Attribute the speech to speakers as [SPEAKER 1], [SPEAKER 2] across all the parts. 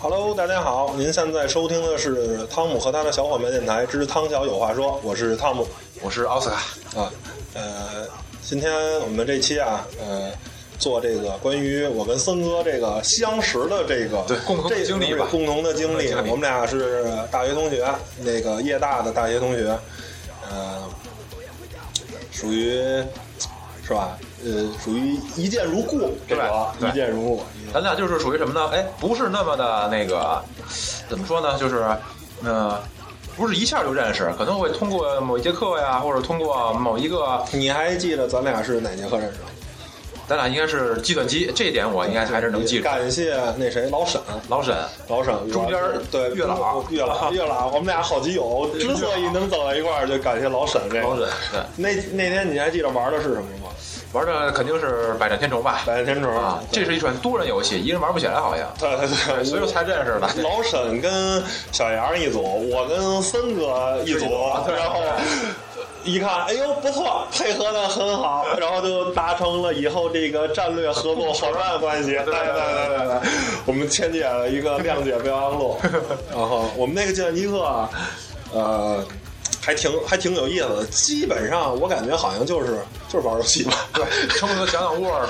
[SPEAKER 1] Hello，大家好，您现在收听的是《汤姆和他的小伙伴》电台之《汤小有话说》，我是汤姆
[SPEAKER 2] 我是奥斯卡。
[SPEAKER 1] 啊，呃，今天我们这期啊，呃，做这个关于我跟森哥这个相识的这个
[SPEAKER 2] 对共同的
[SPEAKER 1] 这
[SPEAKER 2] 经历吧
[SPEAKER 1] 共同的经历，
[SPEAKER 2] 共同的经历
[SPEAKER 1] 我们俩是大学同学，那个夜大的大学同学，呃，属于是吧？呃，属于一见如故，
[SPEAKER 2] 对
[SPEAKER 1] 吧？
[SPEAKER 2] 对
[SPEAKER 1] 一见如故，
[SPEAKER 2] 咱俩就是属于什么呢？哎，不是那么的那个，怎么说呢？就是，呃，不是一下就认识，可能会通过某一节课呀，或者通过某一个，
[SPEAKER 1] 你还记得咱俩是哪节课认识的？
[SPEAKER 2] 咱俩应该是计算机，这一点我应该还是能记住。
[SPEAKER 1] 感谢那谁老沈，
[SPEAKER 2] 老沈，
[SPEAKER 1] 老沈
[SPEAKER 2] 中间儿
[SPEAKER 1] 对
[SPEAKER 2] 月老
[SPEAKER 1] 月 老月老，我们俩好基友，之所以能走到一块儿，就感谢老沈这个。
[SPEAKER 2] 老沈，对，
[SPEAKER 1] 那那天你还记得玩的是什么吗？
[SPEAKER 2] 玩的肯定是百战天虫吧？
[SPEAKER 1] 百变天虫
[SPEAKER 2] 啊，这是一款多人游戏，一人玩不起来好像，
[SPEAKER 1] 对对对，
[SPEAKER 2] 所以我才认识的。
[SPEAKER 1] 老沈跟小杨一组，我跟森哥一组，啊
[SPEAKER 2] 对
[SPEAKER 1] 然后一看，哎呦不错，配合的很好，然后就达成了以后这个战略合作伙伴关系。 对对对对对，我们签订了一个谅解备忘 录，然后我们那个计算机课啊，呃。还挺还挺有意思的，基本上我感觉好像就是就是玩游戏吧，
[SPEAKER 2] 对，撑死讲讲 Word，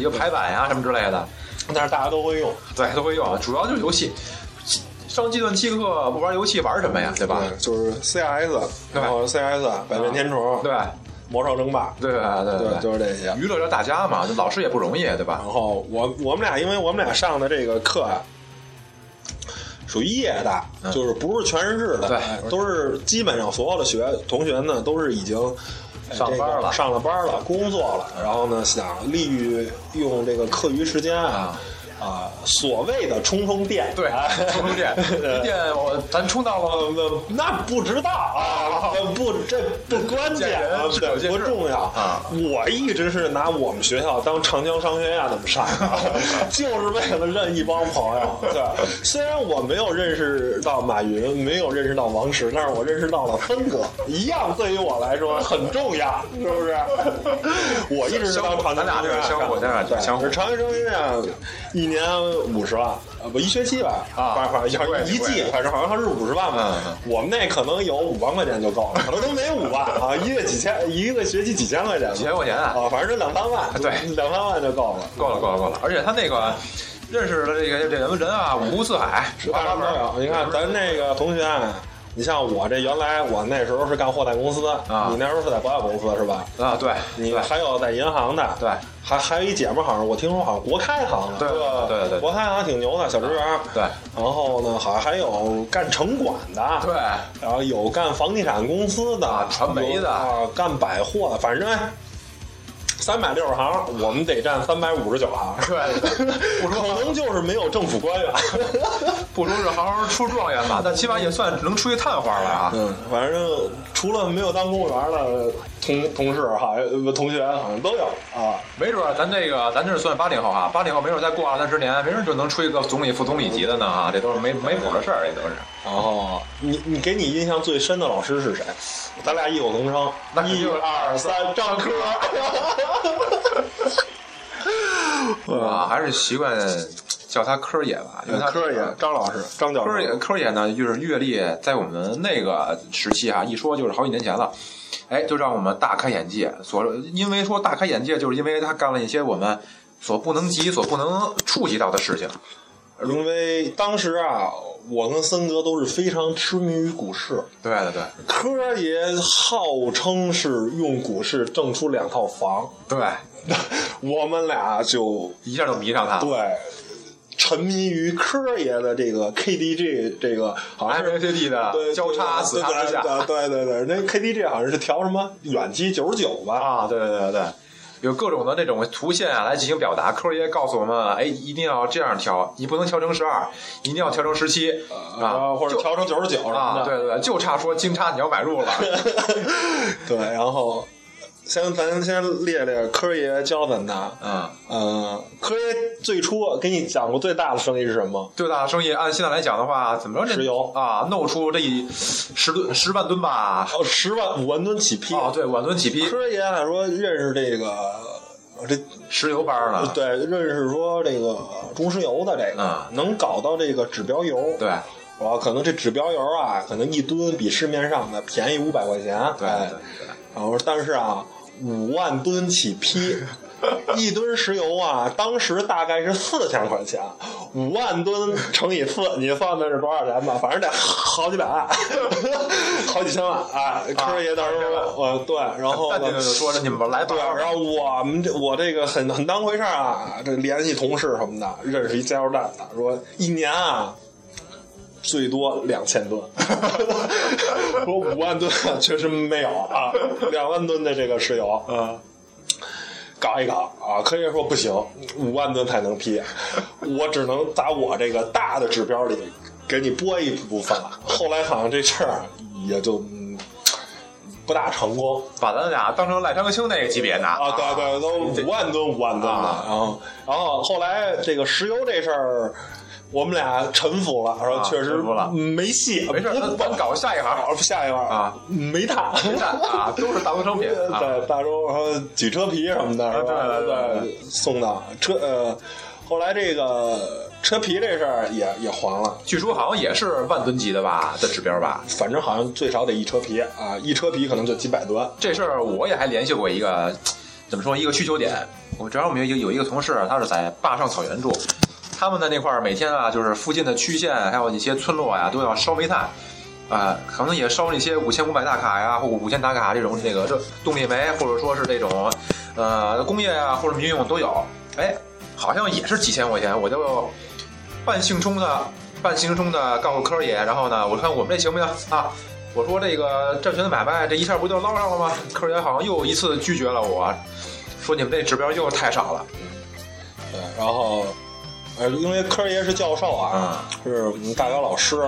[SPEAKER 2] 有排版呀什么之类的，
[SPEAKER 1] 但是大家都会用，
[SPEAKER 2] 对，都会用，主要就是游戏。上计算机课不玩游戏玩什么呀？对吧？
[SPEAKER 1] 对，啊就是 CS，然后 CS 百变天虫，
[SPEAKER 2] 对，
[SPEAKER 1] 魔兽争霸，
[SPEAKER 2] 对对
[SPEAKER 1] 对，就是这些。
[SPEAKER 2] 娱乐着大家嘛，这老师也不容易，对吧
[SPEAKER 1] 然？后我我们俩，因为我们俩上的这个课啊，属于夜大，
[SPEAKER 2] 嗯
[SPEAKER 1] 就是不是全日制的，
[SPEAKER 2] 对
[SPEAKER 1] 哎都是基本上所有的学同学呢，都是已经。哎
[SPEAKER 2] 上班了
[SPEAKER 1] 这个上了班了，工作了，然后呢，想利于用这个课余时间啊，啊，所谓的充充电，啊
[SPEAKER 2] 对，充 充电，电我咱充到了，
[SPEAKER 1] 呃，那不知道啊，那不，这不关键
[SPEAKER 2] 哦见，人
[SPEAKER 1] 啊
[SPEAKER 2] 是有
[SPEAKER 1] 对，
[SPEAKER 2] 见
[SPEAKER 1] 不
[SPEAKER 2] 识
[SPEAKER 1] 重要
[SPEAKER 2] 啊。
[SPEAKER 1] 我一直是拿我们学校当长江商学院那么上的， 就是为了认一帮朋友。对，虽然我没有认识到马云，没有认识到王石，但是我认识到了森哥，一样对于我来说很重要，是不是？我一直是当长江商学院
[SPEAKER 2] 相互咱俩
[SPEAKER 1] 对
[SPEAKER 2] 这是相互咱俩这是相互
[SPEAKER 1] 长江商学院一年五十万，呃，不一学期吧，
[SPEAKER 2] 啊
[SPEAKER 1] 反反正
[SPEAKER 2] 对
[SPEAKER 1] 一季
[SPEAKER 2] 对，
[SPEAKER 1] 反正好像是五十万吧
[SPEAKER 2] 嗯。
[SPEAKER 1] 我们那可能有五万块钱就够了，可能都没五万啊，一月几千，一个学期几千块钱吧，
[SPEAKER 2] 几千块钱啊
[SPEAKER 1] 啊，反正就两三万，
[SPEAKER 2] 对
[SPEAKER 1] 两三万就够了。
[SPEAKER 2] 够了够了够了。而且他那个认识的这个这人人啊，五湖四海，
[SPEAKER 1] 十大
[SPEAKER 2] 八
[SPEAKER 1] 什么
[SPEAKER 2] 门
[SPEAKER 1] 都有。你看咱那个同学啊，你像我这原来我那时候是干货代公司，
[SPEAKER 2] 啊
[SPEAKER 1] 你那时候是在保险公司是吧？
[SPEAKER 2] 啊，对，
[SPEAKER 1] 你
[SPEAKER 2] 对
[SPEAKER 1] 还有在银行的，
[SPEAKER 2] 对
[SPEAKER 1] 还还有一姐们儿，好像我听说好像国开行的，
[SPEAKER 2] 对
[SPEAKER 1] 吧？
[SPEAKER 2] 对对对
[SPEAKER 1] 国开行挺牛的，小职员。
[SPEAKER 2] 对
[SPEAKER 1] 然后呢，好像还有干城管的，
[SPEAKER 2] 对，
[SPEAKER 1] 然后有干房地产公司的，
[SPEAKER 2] 啊传媒的
[SPEAKER 1] 有啊，干百货的，反正哎三百六十行，我们得占三百五十九行。
[SPEAKER 2] 对，不
[SPEAKER 1] 可
[SPEAKER 2] 说
[SPEAKER 1] 能就是没有政府官员，
[SPEAKER 2] 不说是行行出状元吧，但起码也算能出去探花了啊。
[SPEAKER 1] 嗯， 反正除了没有当公务员的同同事哈，呃同学好像都有啊。
[SPEAKER 2] 没准儿咱这个咱这是算八零后啊，八零后没准儿再过二三十年，没准儿就能出一个总理、副总理级的呢啊，这都是没没谱的事儿，这都是。
[SPEAKER 1] 然后
[SPEAKER 2] 哦
[SPEAKER 1] 你你给你印象最深的老师是谁？咱俩异口同声，
[SPEAKER 2] 那肯
[SPEAKER 1] 一
[SPEAKER 2] 定是
[SPEAKER 1] 二三，张科。
[SPEAKER 2] 啊，还是习惯叫他科儿爷吧，因为他
[SPEAKER 1] 嗯科儿爷，张老师，张教授
[SPEAKER 2] 科儿爷科儿爷呢，就是阅历在我们那个时期啊，一说就是好几年前了，哎，就让我们大开眼界。所因为说大开眼界，就是因为他干了一些我们所不能及、所不能触及到的事情。
[SPEAKER 1] 因为当时啊，我跟森哥都是非常痴迷于股市。
[SPEAKER 2] 对对对
[SPEAKER 1] 科爷号称是用股市挣出两套房，
[SPEAKER 2] 对，
[SPEAKER 1] 我们俩就
[SPEAKER 2] 一下就迷上他了。
[SPEAKER 1] 对沉迷于科爷的这个 KDG 这个好像是
[SPEAKER 2] MACD
[SPEAKER 1] 对
[SPEAKER 2] 的啊交叉死叉之下
[SPEAKER 1] 对对对对，对那 KDG 好像是调什么远期九十九吧？
[SPEAKER 2] 啊，对对对对对，有各种的这种图线啊来进行表达。科爷告诉我们，哎，一定要这样调，你不能调成十二，一定要调成十七啊，
[SPEAKER 1] 呃或者
[SPEAKER 2] 就
[SPEAKER 1] 调成九十九什么
[SPEAKER 2] 啊，
[SPEAKER 1] 的。
[SPEAKER 2] 对对对，就差说金叉你要买入了。
[SPEAKER 1] 对，然后先咱先列列科爷教咱的。
[SPEAKER 2] 嗯，
[SPEAKER 1] 嗯，科爷最初啊给你讲过最大的生意是什么？
[SPEAKER 2] 最大的生意按现在来讲的话，怎么着这
[SPEAKER 1] 石油
[SPEAKER 2] 啊，弄出这一十吨十万吨吧？啊
[SPEAKER 1] 哦，十万五万吨起批。
[SPEAKER 2] 哦，对，万吨起批，
[SPEAKER 1] 科爷还说认识这个这
[SPEAKER 2] 石油班儿呢，
[SPEAKER 1] 对认识说这个中石油的这个、
[SPEAKER 2] 嗯
[SPEAKER 1] 能搞到这个指标油，
[SPEAKER 2] 对
[SPEAKER 1] 哇，可能这指标油啊，可能一吨比市面上的便宜五百块钱，
[SPEAKER 2] 对
[SPEAKER 1] 哎
[SPEAKER 2] 对对，
[SPEAKER 1] 然后但是啊，五万吨起批，一吨石油啊，当时大概是四千块钱，五万吨乘以四，你算算是多少钱吧？反正得好几百万， 好几千万啊！科爷到时候，呃，对，然后
[SPEAKER 2] 那
[SPEAKER 1] 呢
[SPEAKER 2] 就？说着你们来吧
[SPEAKER 1] 对，，然后我们这我这个很很当回事儿啊，这联系同事什么的，认识一加油站的，说一年啊。最多两千吨， 我五万吨啊确实没有啊，两万吨的这个石油，嗯，搞一搞啊，科学说不行，五万吨才能批，我只能打我这个大的指标里给你拨一部分了。后来好像这事儿啊也就嗯不大成功，
[SPEAKER 2] 把咱俩当成赖昌星那个级别的
[SPEAKER 1] 啊，对对，都五万吨五万吨的
[SPEAKER 2] 嗯啊，
[SPEAKER 1] 然后然后后来这个石油这事儿，我们俩臣服了，说
[SPEAKER 2] 啊
[SPEAKER 1] 确实
[SPEAKER 2] 臣服了
[SPEAKER 1] 没戏，
[SPEAKER 2] 没事儿，咱
[SPEAKER 1] 不
[SPEAKER 2] 咱搞下一 行，
[SPEAKER 1] 不下一块儿
[SPEAKER 2] 啊，
[SPEAKER 1] 没他。
[SPEAKER 2] 别 站啊，都是大宗商品啊，
[SPEAKER 1] 对，大周说举车皮什么的，
[SPEAKER 2] 啊
[SPEAKER 1] 是吧
[SPEAKER 2] 对对对
[SPEAKER 1] 对，送到车呃，后来这个车皮这事儿也也黄了，
[SPEAKER 2] 据说好像也是万吨级的吧的指标吧。
[SPEAKER 1] 反正好像最少得一车皮啊，一车皮可能就几百吨，
[SPEAKER 2] 这事儿我也还联系过一个，怎么说一个需求点。我正好我们有有一个同事，他是在坝上草原住，他们在那块儿每天啊，就是附近的区县还有一些村落呀、都要烧煤炭，啊、可能也烧那些五千五百大卡呀，或五千大卡这种这个这动力煤，或者说是这种呃工业啊或者民用都有。哎，好像也是几千块钱，我就半兴冲的半兴冲的告诉科儿爷，然后呢，我看我们这行不行啊？我说这个债权的买卖，这一下不就捞上了吗？科儿爷好像又一次拒绝了我，说你们这指标又太少了。
[SPEAKER 1] 对，然后呃，因为科爷是教授啊，是我们大学老师，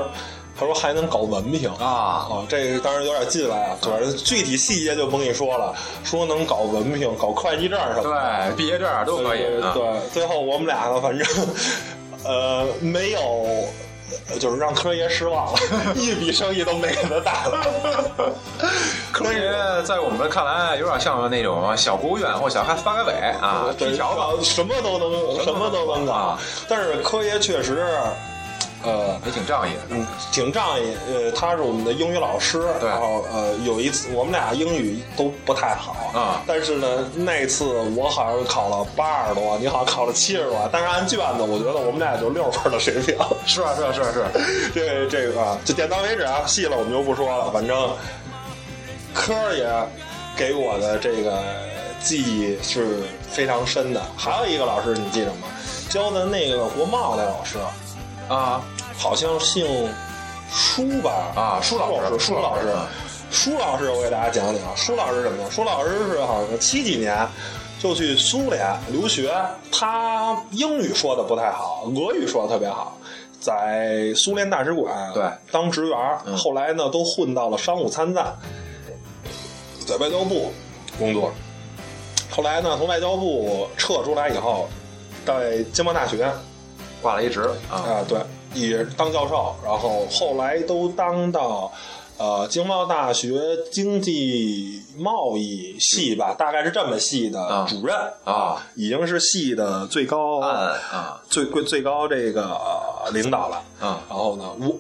[SPEAKER 1] 他说还能搞文凭啊。
[SPEAKER 2] 啊，
[SPEAKER 1] 哦，这当然有点进来啊，反正具体细节就甭跟你说了。说能搞文凭、搞会计证什么的，
[SPEAKER 2] 对，毕业证都可以
[SPEAKER 1] 对
[SPEAKER 2] 啊。
[SPEAKER 1] 对，最后我们俩呢，反正呃没有，呃就是让科爷失望了， 一笔生意都没给他打了。
[SPEAKER 2] 科儿爷在我们看来有点像那种小国务院或小开发改委啊，
[SPEAKER 1] 对
[SPEAKER 2] 批条子，
[SPEAKER 1] 什么都能，什么都能搞
[SPEAKER 2] 啊。
[SPEAKER 1] 但是科爷确实，呃，
[SPEAKER 2] 也挺仗义的。
[SPEAKER 1] 嗯，挺仗义。呃，他是我们的英语老师，
[SPEAKER 2] 对
[SPEAKER 1] 然后呃，有一次我们俩英语都不太好
[SPEAKER 2] 啊
[SPEAKER 1] 但是呢，那次我好像考了八十多，你好像考了七十多，但是按卷子，我觉得我们俩也就六十分的水平。
[SPEAKER 2] 是啊，是啊，是啊，是啊。
[SPEAKER 1] 这这个啊，就点到为止啊，细了我们就不说了。反正科儿也给我的这个记忆是非常深的。还有一个老师，你记得吗？教的那个国贸的老师，
[SPEAKER 2] 啊
[SPEAKER 1] 好像姓舒吧？哦
[SPEAKER 2] 啊舒老
[SPEAKER 1] 舒老
[SPEAKER 2] 师舒
[SPEAKER 1] 师
[SPEAKER 2] 老师啊，
[SPEAKER 1] 舒老师，我给大家讲讲舒老师什么呢？舒老师是好像七几年就去苏联留学，他英语说的不太好，俄语说的特别好。在苏联大使馆
[SPEAKER 2] 对
[SPEAKER 1] 当职员，
[SPEAKER 2] 嗯
[SPEAKER 1] 后来呢都混到了商务参赞，在外交部工作。后来呢从外交部撤出来以后，在经贸大学
[SPEAKER 2] 挂了一职啊，
[SPEAKER 1] 啊，对，也当教授，然后后来都当到呃经贸大学经济贸易系吧，大概是这么系的
[SPEAKER 2] 啊
[SPEAKER 1] 主任，
[SPEAKER 2] 啊，
[SPEAKER 1] 已经是系的最高、
[SPEAKER 2] 按啊
[SPEAKER 1] 最最最高这个呃领导了。
[SPEAKER 2] 啊
[SPEAKER 1] 然后呢，我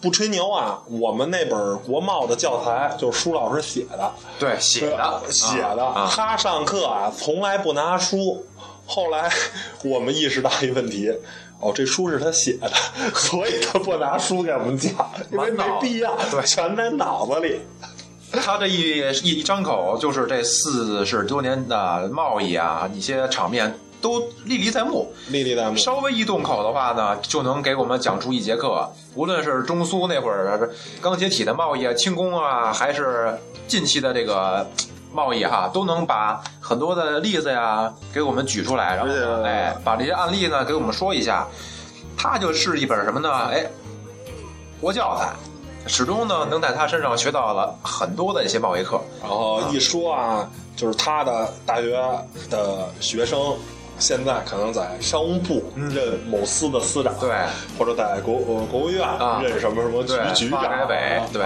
[SPEAKER 1] 不吹牛啊，我们那本国贸的教材就是舒老师写的，
[SPEAKER 2] 对，写的
[SPEAKER 1] 写的。
[SPEAKER 2] 啊
[SPEAKER 1] 他上课啊，从来不拿书。后来我们意识到一问题，哦，这书是他写的，所以他不拿书给我们讲，因为没必要，
[SPEAKER 2] 对
[SPEAKER 1] 全在脑子里。
[SPEAKER 2] 他这一一一张口，就是这四十多年的贸易啊，一些场面都历历在目。
[SPEAKER 1] 历历在目。
[SPEAKER 2] 稍微一动口的话呢，就能给我们讲出一节课。无论是中苏那会儿刚解体的贸易啊、轻工啊，还是近期的这个贸易哈、都能把很多的例子呀给我们举出来，然后
[SPEAKER 1] 而且
[SPEAKER 2] 哎，把这些案例呢给我们说一下。它就是一本什么呢？哎，活教材，始终呢能在他身上学到了很多的一些贸易课。
[SPEAKER 1] 然后一说啊，就是他的大学的学生，现在可能在商务部任某司的司长，
[SPEAKER 2] 对，
[SPEAKER 1] 或者在国呃国务院
[SPEAKER 2] 啊
[SPEAKER 1] 任什么什么局
[SPEAKER 2] 对
[SPEAKER 1] 局
[SPEAKER 2] 发
[SPEAKER 1] 长，
[SPEAKER 2] 改委
[SPEAKER 1] 啊
[SPEAKER 2] 对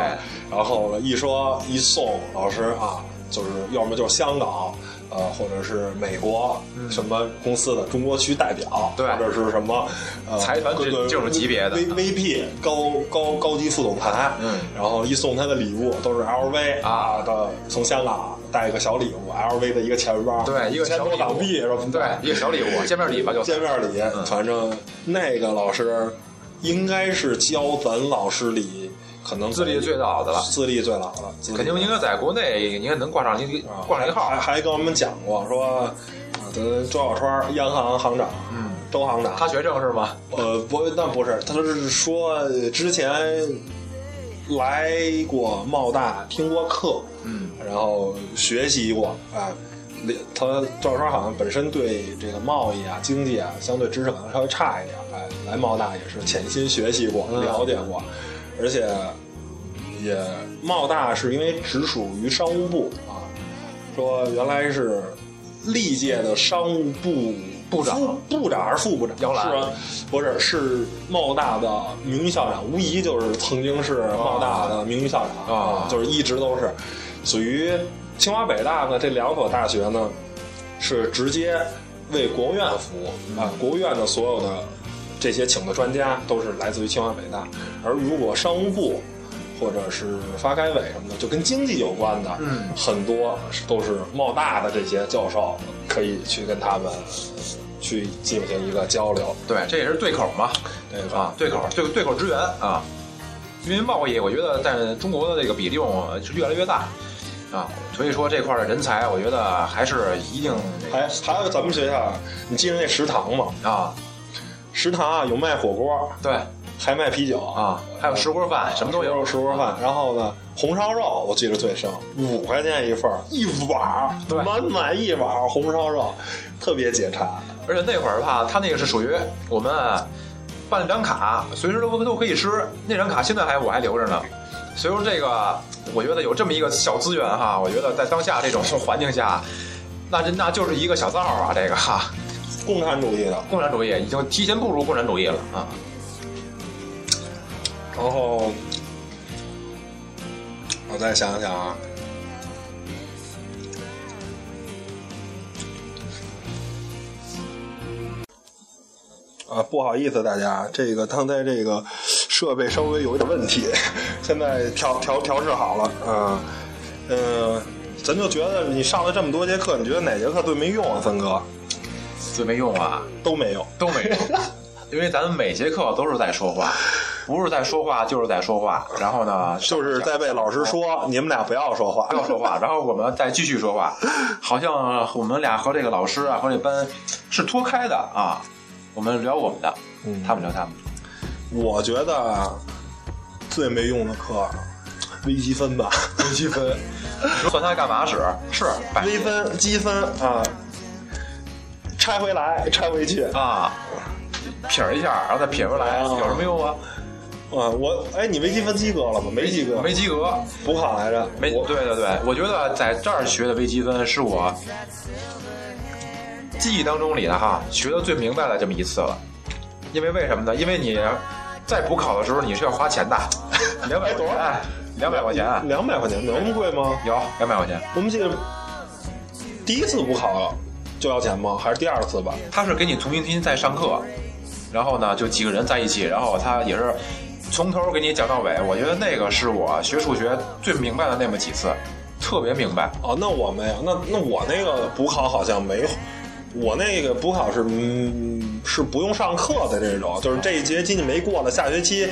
[SPEAKER 1] 然后呢，一说一送老师啊，就是要么就是香港，呃，或者是美国什么公司的中国区代表，
[SPEAKER 2] 嗯对
[SPEAKER 1] 或者是什么呃
[SPEAKER 2] 财团
[SPEAKER 1] 各
[SPEAKER 2] 这
[SPEAKER 1] 个
[SPEAKER 2] 这种级别的
[SPEAKER 1] V V P 高高高级副总裁，
[SPEAKER 2] 嗯
[SPEAKER 1] 然后一送他的礼物都是 L V
[SPEAKER 2] 啊
[SPEAKER 1] 的，从香港带一个小礼物，L V 的一个钱包，
[SPEAKER 2] 对一个
[SPEAKER 1] 千
[SPEAKER 2] 小
[SPEAKER 1] 多
[SPEAKER 2] 礼物
[SPEAKER 1] 港币是吧？
[SPEAKER 2] 对，一个小礼物，见面礼吧，就
[SPEAKER 1] 见面礼，反正那个老师应该是教咱老师里可能
[SPEAKER 2] 资历最早的了
[SPEAKER 1] 资历最老的，资历
[SPEAKER 2] 肯定应该在国内应该能挂上一个
[SPEAKER 1] 啊
[SPEAKER 2] 挂上一号
[SPEAKER 1] 还。还跟我们讲过说，啊，咱周小川央行行长，嗯，周行长，
[SPEAKER 2] 他学政是吗？
[SPEAKER 1] 呃不，那不是，他就是说呃之前来过茂大听过课，
[SPEAKER 2] 嗯，
[SPEAKER 1] 然后学习过啊。了他赵川好像本身对这个贸易啊、经济啊，相对知识可能稍微差一点，哎，来茂大也是潜心学习过、
[SPEAKER 2] 嗯
[SPEAKER 1] 了解过，而且也茂大是因为直属于商务部啊，说原来是历届的商务部
[SPEAKER 2] 部长
[SPEAKER 1] 副、部长还是副部长，
[SPEAKER 2] 摇篮
[SPEAKER 1] 是吧不是是茂大的名誉校长，无疑就是曾经是
[SPEAKER 2] 哦
[SPEAKER 1] 茂大的名誉校长
[SPEAKER 2] 啊
[SPEAKER 1] 就是一直都是属于清华北大呢这两所大学呢是直接为国务院服务啊，国务院的所有的这些请的专家都是来自于清华北大，而如果商务部。或者是发改委什么的，就跟经济有关的，
[SPEAKER 2] 嗯
[SPEAKER 1] 很多是都是茂大的这些教授可以去跟他们去进行一个交流，
[SPEAKER 2] 对，这也是对口嘛，
[SPEAKER 1] 对吧？
[SPEAKER 2] 啊，对口对对口支援啊，因为贸易我觉得在中国的这个比重是越来越大啊，所以说这块儿的人才，我觉得还是一定得
[SPEAKER 1] 还哎还有咱们学校，你记得那食堂吗？
[SPEAKER 2] 啊，
[SPEAKER 1] 食堂啊有卖火锅，
[SPEAKER 2] 对
[SPEAKER 1] 还卖啤酒
[SPEAKER 2] 啊，还有石锅饭，什么都有，
[SPEAKER 1] 石锅饭。然后呢，红烧肉我记得最深，五块钱一份儿，一碗儿
[SPEAKER 2] 对
[SPEAKER 1] 满满一碗儿红烧肉，特别解馋。
[SPEAKER 2] 而且那会儿吧，他那个是属于我们啊办了张卡，随时都都可以吃。那张卡现在还我还留着呢。所以说这个，我觉得有这么一个小资源哈，我觉得在当下这种 环境下，那真那就是一个小灶啊，这个哈，
[SPEAKER 1] 共产主义的，
[SPEAKER 2] 共产主义已经提前步入共产主义了啊。
[SPEAKER 1] 然后我再想想啊，啊，不好意思大家，这个刚才这个设备稍微有一点问题，现在调调调试好了，嗯、嗯、咱就觉得你上了这么多节课，你觉得哪节课最没用啊，森哥？
[SPEAKER 2] 最没用啊，
[SPEAKER 1] 都没用。
[SPEAKER 2] 都没用， 因为咱们每节课都是在说话，不是在说话就是在说话。然后呢，
[SPEAKER 1] 就是在被老师说你们俩不要说话
[SPEAKER 2] 不，要说话，然后我们再继续说话，好像我们俩和这个老师啊和这班是脱开的啊，我们聊我们的，
[SPEAKER 1] 嗯
[SPEAKER 2] 他们聊他们的。
[SPEAKER 1] 我觉得啊最没用的课，微积分吧，
[SPEAKER 2] 微积分，算它干嘛使？是百
[SPEAKER 1] 微分、积分啊，拆回来，拆回去啊。
[SPEAKER 2] 啊，撇儿一下，然后再撇回来，
[SPEAKER 1] 啊
[SPEAKER 2] 有什么用啊？
[SPEAKER 1] 我哎，你微积分及格了吗？没及格，
[SPEAKER 2] 没及格，
[SPEAKER 1] 补考来着。
[SPEAKER 2] 没
[SPEAKER 1] 我
[SPEAKER 2] 对对对，我觉得在这儿学的微积分是我记忆当中里的哈学的最明白的这么一次了，因为为什么呢？因为你在补考的时候你是要花 钱的，两百多哎，两百块钱啊
[SPEAKER 1] 两百块钱能那么贵吗？
[SPEAKER 2] 有两百块钱，
[SPEAKER 1] 我们记得第一次补考就要钱吗？还是第二次吧？
[SPEAKER 2] 他是给你重新再上课，然后呢就几个人在一起，然后他也是从头给你讲到尾，我觉得那个是我学数学最明白的那么几次，特别明白。
[SPEAKER 1] 哦，那我没有，那那我那个补考好像没有，我那个补考是嗯是不用上课的这种，就是这一学期你没过了，下学期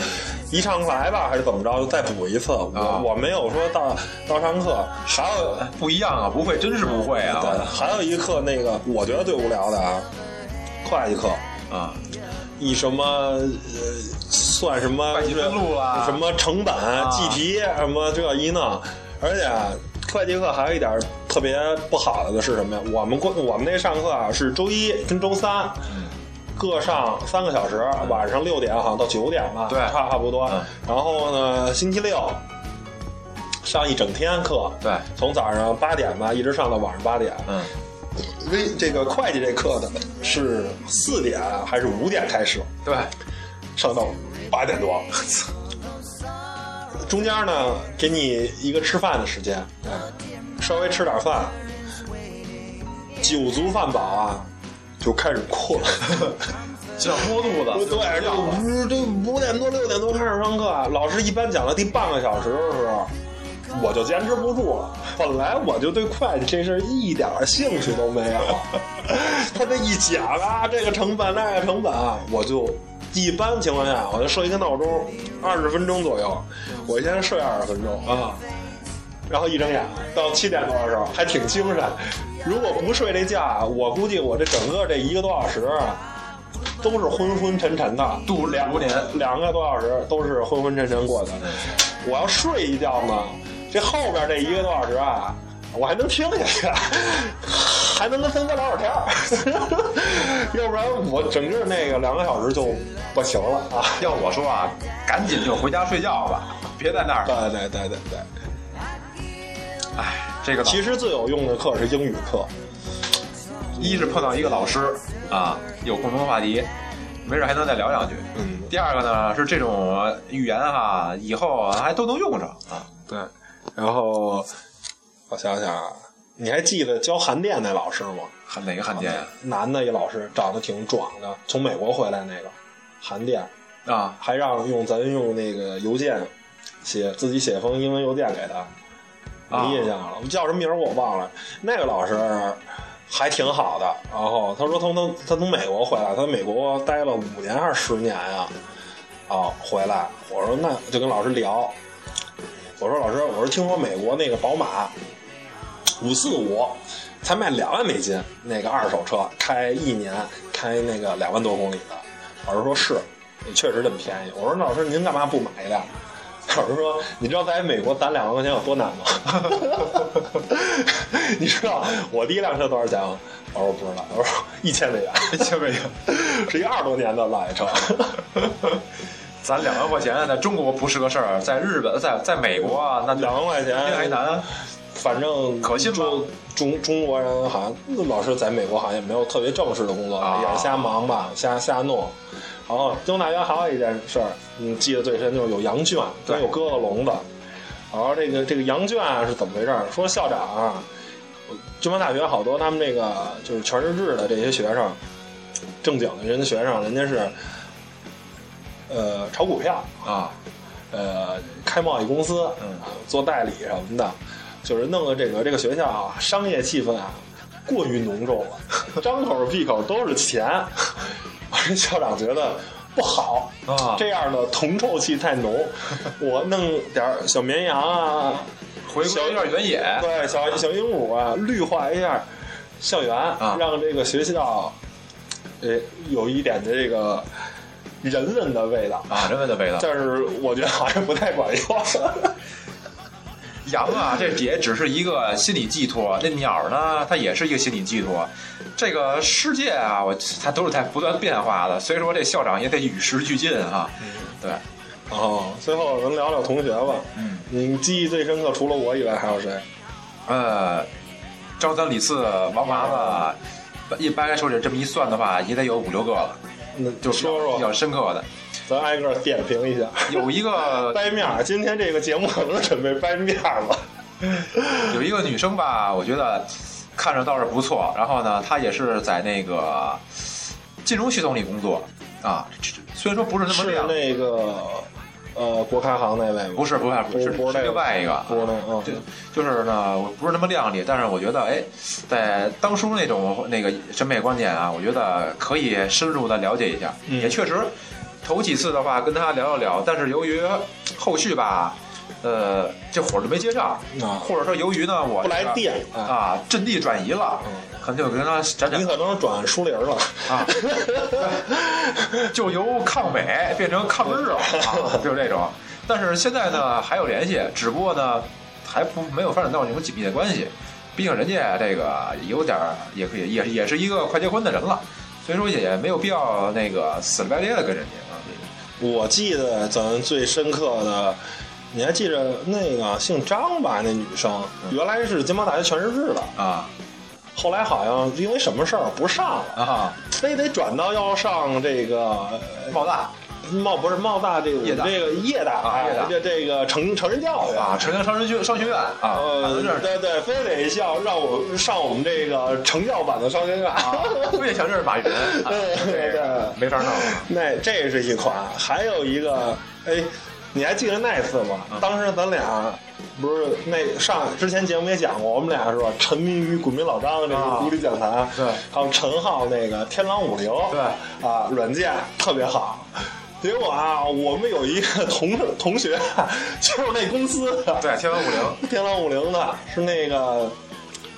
[SPEAKER 1] 一上课来吧，还是怎么着，就再补一次。我、
[SPEAKER 2] 啊
[SPEAKER 1] 我没有说到到上课，还有
[SPEAKER 2] 不一样啊，不会真是不会啊！
[SPEAKER 1] 对，还有一课那个我觉得最无聊的啊，会计课。
[SPEAKER 2] 啊，
[SPEAKER 1] 以什么呃算什么
[SPEAKER 2] 会计分录啊
[SPEAKER 1] 什么成本、计题什么这一弄，而且会计课还有一点特别不好的是什么呀？我们过我们那上课啊是周一跟周三。
[SPEAKER 2] 嗯
[SPEAKER 1] 各上三个小时，晚上六点好像到九点吧，
[SPEAKER 2] 对
[SPEAKER 1] 差差不多。
[SPEAKER 2] 嗯
[SPEAKER 1] 然后呢，星期六上一整天课，
[SPEAKER 2] 对，
[SPEAKER 1] 从早上八点吧，一直上到晚上八点。
[SPEAKER 2] 嗯，
[SPEAKER 1] 微这个会计这课的是四点还是五点开始？
[SPEAKER 2] 对，
[SPEAKER 1] 上到八点多， 中间呢哎给你一个吃饭的时间，稍微吃点饭，酒足饭饱啊，就开始困。
[SPEAKER 3] 想摸肚
[SPEAKER 1] 对，
[SPEAKER 3] 子，
[SPEAKER 1] 就
[SPEAKER 3] 要了
[SPEAKER 1] 五这五点多六点多开始上课，啊老师一般讲到第半个小时的时候，我就坚持不住了。本来我就对会计这事儿一点儿兴趣都没有，他这一讲啊，这个成本那个成本，啊我就一般情况下我就设一个闹钟，二十分钟左右，我先睡二十分钟啊。然后一睁眼到七点多的时候还挺精神，如果不睡这觉啊，我估计我这整个这一个多小时啊都是昏昏沉沉的，
[SPEAKER 2] 度日
[SPEAKER 1] 两
[SPEAKER 2] 如年
[SPEAKER 1] 两个多小时都是昏昏沉沉过的。我要睡一觉呢，这后边这一个多小时啊，我还能听下去，还能跟森哥聊会儿天儿，要不然我整个那个两个小时就不行了啊。
[SPEAKER 2] 要我说啊，赶紧就回家睡觉吧，别在那儿
[SPEAKER 1] 对。对对对对。
[SPEAKER 2] 哎，这个老
[SPEAKER 1] 其实最有用的课是英语课，
[SPEAKER 2] 一是碰到一个老师啊，有共同话题，没准还能再聊两句。
[SPEAKER 1] 嗯，
[SPEAKER 2] 第二个呢是这种语言哈，以后还都能用上啊。
[SPEAKER 1] 对。然后我想想啊，你还记得教韩电那老师吗？
[SPEAKER 2] 还哪个汉奸呀？
[SPEAKER 1] 男的一老师，长得挺壮的，从美国回来那个韩电，
[SPEAKER 2] 啊，
[SPEAKER 1] 还让用咱用那个邮件写自己写封英文邮件给他，
[SPEAKER 2] 啊
[SPEAKER 1] 没印象了，叫什么名儿我忘了。那个老师还挺好的，然后他说他从他从美国回来，他在美国待了五年还是十年啊，啊回来，我说那就跟老师聊，我说老师，我说听说美国那个宝马五四五才卖两万美金，那个二手车开一年开那个两万多公里的，老师说是，也确实这么便宜。我说那老师您干嘛不买一辆？老师说：“你知道在美国攒两万块钱有多难吗？ 你知道我第一辆车多少钱吗？”我说：“我不知道。”我说：“一千美元，一千美元，是一二十多年的老爷车。
[SPEAKER 2] 咱两万块钱在中国不是个事儿，在日本，在在美国啊，那
[SPEAKER 1] 两万块钱
[SPEAKER 2] 还难。啊
[SPEAKER 1] 反正
[SPEAKER 2] 可信吗
[SPEAKER 1] 中中中国人好像那老师在美国好像也没有特别正式的工作，
[SPEAKER 2] 啊哦
[SPEAKER 1] 也是瞎忙吧，瞎瞎弄。然后中大学还有一件事儿，嗯，记得最深就是有羊圈，
[SPEAKER 2] 对
[SPEAKER 1] 有鸽子笼子。然后这个这个羊圈啊是怎么回事儿？说校长啊，军方大学好多他们这个就是全日制的这些学生，正经的人家学生，人家是呃炒股票，
[SPEAKER 2] 啊，
[SPEAKER 1] 呃，开贸易公司，
[SPEAKER 2] 嗯
[SPEAKER 1] 啊，做代理什么的，就是弄得这个这个学校啊，商业气氛啊，过于浓重 了，张口闭口都是钱。我这校长觉得不好
[SPEAKER 2] 啊
[SPEAKER 1] 这样的铜臭气太 浓，我弄点儿小绵羊啊，
[SPEAKER 2] 回归一下原野。
[SPEAKER 1] 对，小小鹦鹉啊，绿化一下校园，
[SPEAKER 2] 啊
[SPEAKER 1] 让这个学校，呃，有一点的这个人文的味道。
[SPEAKER 2] 啊，人文的味道。
[SPEAKER 1] 但是我觉得好像不太管用。
[SPEAKER 2] 羊啊，这也只是一个心理寄托；那鸟儿呢，它也是一个心理寄托。这个世界啊，我它都是在不断变化的，所以说这校长也得与时俱进哈、
[SPEAKER 1] 嗯
[SPEAKER 2] 对，
[SPEAKER 1] 哦，最后咱聊聊同学吧。
[SPEAKER 2] 嗯，
[SPEAKER 1] 你记忆最深刻，除了我以外还有谁？
[SPEAKER 2] 呃，张三李四王麻子，一般来说这这么一算的话，也得有五六个了，
[SPEAKER 1] 那就
[SPEAKER 2] 就
[SPEAKER 1] 说
[SPEAKER 2] 比较
[SPEAKER 1] 说，
[SPEAKER 2] 深刻的。
[SPEAKER 1] 咱挨个点评一下。
[SPEAKER 2] 有一个
[SPEAKER 1] 掰面儿，今天这个节目可能是准备掰面儿了。
[SPEAKER 2] 有一个女生吧，我觉得看着倒是不错。然后呢，她也是在那个金融系统里工作啊，这这虽然说不是那么
[SPEAKER 1] 是
[SPEAKER 2] 亮，啊
[SPEAKER 1] 那个呃，国开行那位吗？
[SPEAKER 2] 不是不是
[SPEAKER 1] 不
[SPEAKER 2] 是
[SPEAKER 1] 不是那
[SPEAKER 2] 是
[SPEAKER 1] 个
[SPEAKER 2] 另外一个，
[SPEAKER 1] 不是那个，
[SPEAKER 2] 就
[SPEAKER 1] 嗯，
[SPEAKER 2] 就是呢，我不是那么靓丽，但是我觉得，哎，在当初那种那个审美观念啊，我觉得可以深入的了解一下。
[SPEAKER 1] 嗯
[SPEAKER 2] 也确实，头几次的话跟他聊一聊，但是由于后续吧，呃，这火儿就没接上，
[SPEAKER 1] 啊
[SPEAKER 2] 或者说由于呢我
[SPEAKER 1] 不来
[SPEAKER 2] 这个
[SPEAKER 1] 电嗯啊。
[SPEAKER 2] 啊，阵地转移了，可能就跟他展展
[SPEAKER 1] 你可能转书林了，
[SPEAKER 2] 啊，
[SPEAKER 1] 啊
[SPEAKER 2] 就由抗美变成抗日了啊，就是这种。但是现在呢还有联系，只不过呢还不没有发展到那种紧密的关系，毕竟人家这个有点儿也可以也也是一个快结婚的人了，所以说也没有必要那个死了白咧的跟人家啊。
[SPEAKER 1] 我记得咱最深刻的，你还记着那个姓张吧？那女生原来是金毛大学全日制的，
[SPEAKER 2] 啊
[SPEAKER 1] 后来好像因为什么事儿不上了，
[SPEAKER 2] 啊，
[SPEAKER 1] 非得转到要上这个呃
[SPEAKER 2] 冒大
[SPEAKER 1] 茂不是茂大这个
[SPEAKER 2] 业大
[SPEAKER 1] 这个业大
[SPEAKER 2] 啊业大
[SPEAKER 1] 这这个成成人教育
[SPEAKER 2] 啊，城阳商学院商学院啊，
[SPEAKER 1] 呃，
[SPEAKER 2] 这
[SPEAKER 1] 对对，非得像让我上我们这个成教版的商学院。
[SPEAKER 2] 啊，我也想认识马云，啊
[SPEAKER 1] 对对对
[SPEAKER 2] 没法弄了。
[SPEAKER 1] 那这是一款，还有一个，哎，你还记得那次吗？
[SPEAKER 2] 嗯
[SPEAKER 1] 当时咱俩不是那上之前节目也讲过，我们俩是吧？沉迷于股民老张这个
[SPEAKER 2] 啊
[SPEAKER 1] 独立讲坛，
[SPEAKER 2] 对
[SPEAKER 1] 还有陈浩那个天狼五零，
[SPEAKER 2] 对
[SPEAKER 1] 啊，软件特别好。结果啊，我们有一个同同学， 就是那公司的，
[SPEAKER 2] 对，天文五零，
[SPEAKER 1] 天狼五零的是那个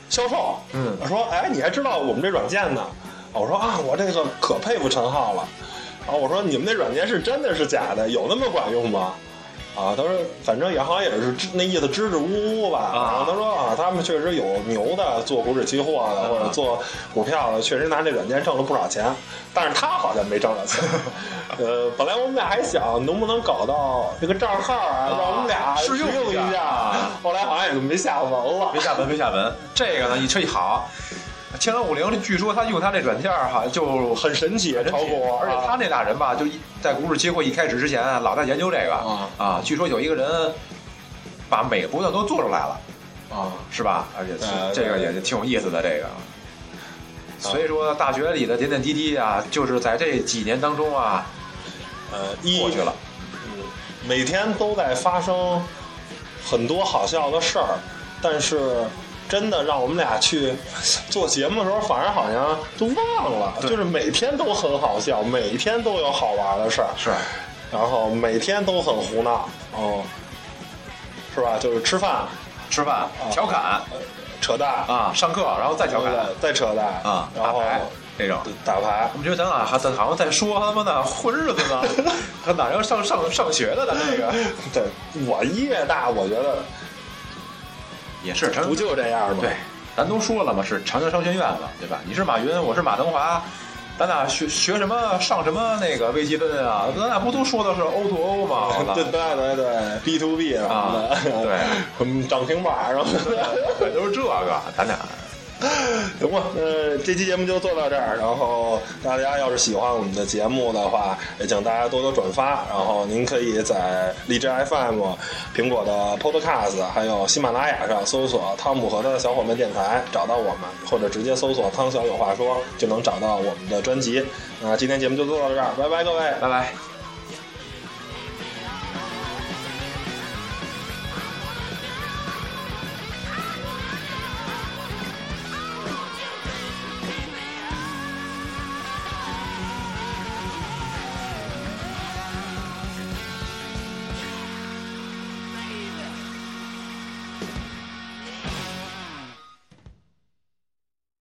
[SPEAKER 1] 销售，
[SPEAKER 2] 嗯
[SPEAKER 1] 说哎，你还知道我们这软件呢？我说啊，我这个可佩服陈浩了。然后我说你们那软件是真的是假的？有那么管用吗？啊，他说反正也好像也是支那意思支支吾吾吧。
[SPEAKER 2] 啊
[SPEAKER 1] 然后他说啊，他们确实有牛的做股指期货
[SPEAKER 2] 啊
[SPEAKER 1] 的或者做股票的，确实拿这软件挣了不少钱，但是他好像没挣着 钱。呃，本来我们俩还想能不能搞到这个账号啊，让我们俩
[SPEAKER 2] 试用
[SPEAKER 1] 用
[SPEAKER 2] 一下
[SPEAKER 1] 一
[SPEAKER 2] 啊
[SPEAKER 1] 后来好像也就没下文了
[SPEAKER 2] 没。下文，没下文。这个呢，一吹一好，天文五零，据说他用他这软件儿哈，就
[SPEAKER 1] 很神奇，
[SPEAKER 2] 神奇
[SPEAKER 1] 炒股，
[SPEAKER 2] 而且他
[SPEAKER 1] 啊
[SPEAKER 2] 那俩人吧，就一在股指期货一开始之前啊，老在研究这个
[SPEAKER 1] 啊
[SPEAKER 2] 据说有一个人把每个波段都做出来了，
[SPEAKER 1] 啊，
[SPEAKER 2] 是吧？而且
[SPEAKER 1] 对
[SPEAKER 2] 这个也挺有意思的，这个。所以说，大学里的点点滴滴啊，就是在这几年当中啊
[SPEAKER 1] 呃，一
[SPEAKER 2] 过去了，
[SPEAKER 1] 每天都在发生很多好笑的事儿，但是真的让我们俩去做节目的时候，反而好像就忘了，
[SPEAKER 2] 对
[SPEAKER 1] 就是每天都很好笑，每天都有好玩的事儿，
[SPEAKER 2] 是
[SPEAKER 1] 然后每天都很胡闹，哦，是吧？就是吃饭
[SPEAKER 2] 吃饭、调侃
[SPEAKER 1] 扯淡，
[SPEAKER 2] 啊，上课然后再
[SPEAKER 1] 对
[SPEAKER 2] 调
[SPEAKER 1] 不
[SPEAKER 2] 侃
[SPEAKER 1] 对？再扯淡
[SPEAKER 2] 啊，
[SPEAKER 1] 然
[SPEAKER 2] 打
[SPEAKER 1] 后
[SPEAKER 2] 牌这种。
[SPEAKER 1] 打牌，
[SPEAKER 2] 我们觉得咱俩还咱好像在说他妈的混日子呢，他哪要上上上学了？咱这个
[SPEAKER 1] 对我越大，我觉得
[SPEAKER 2] 也是
[SPEAKER 1] 不就这样吗？
[SPEAKER 2] 对，咱都说了嘛，是长江商学院嘛，对吧？你是马云，我是马腾华，咱俩学学什么上什么那个微积分啊？咱俩不都说的是 O to O 吗？好 吧
[SPEAKER 1] 对对对对，B to B 什么
[SPEAKER 2] 啊
[SPEAKER 1] 的，
[SPEAKER 2] 对，
[SPEAKER 1] 什么涨停板啊 什么的。
[SPEAKER 2] 对，都是这个，咱俩
[SPEAKER 1] 行吧，呃，这期节目就做到这儿。然后大家要是喜欢我们的节目的话，也请大家多多转发。然后您可以在荔枝 FM、苹果的 Podcast，还有喜马拉雅上搜索“汤姆和他的小伙伴电台”，找到我们，或者直接搜索“汤小有话说”就能找到我们的专辑。那、今天节目就做到这儿，拜拜，各位。
[SPEAKER 2] 拜拜。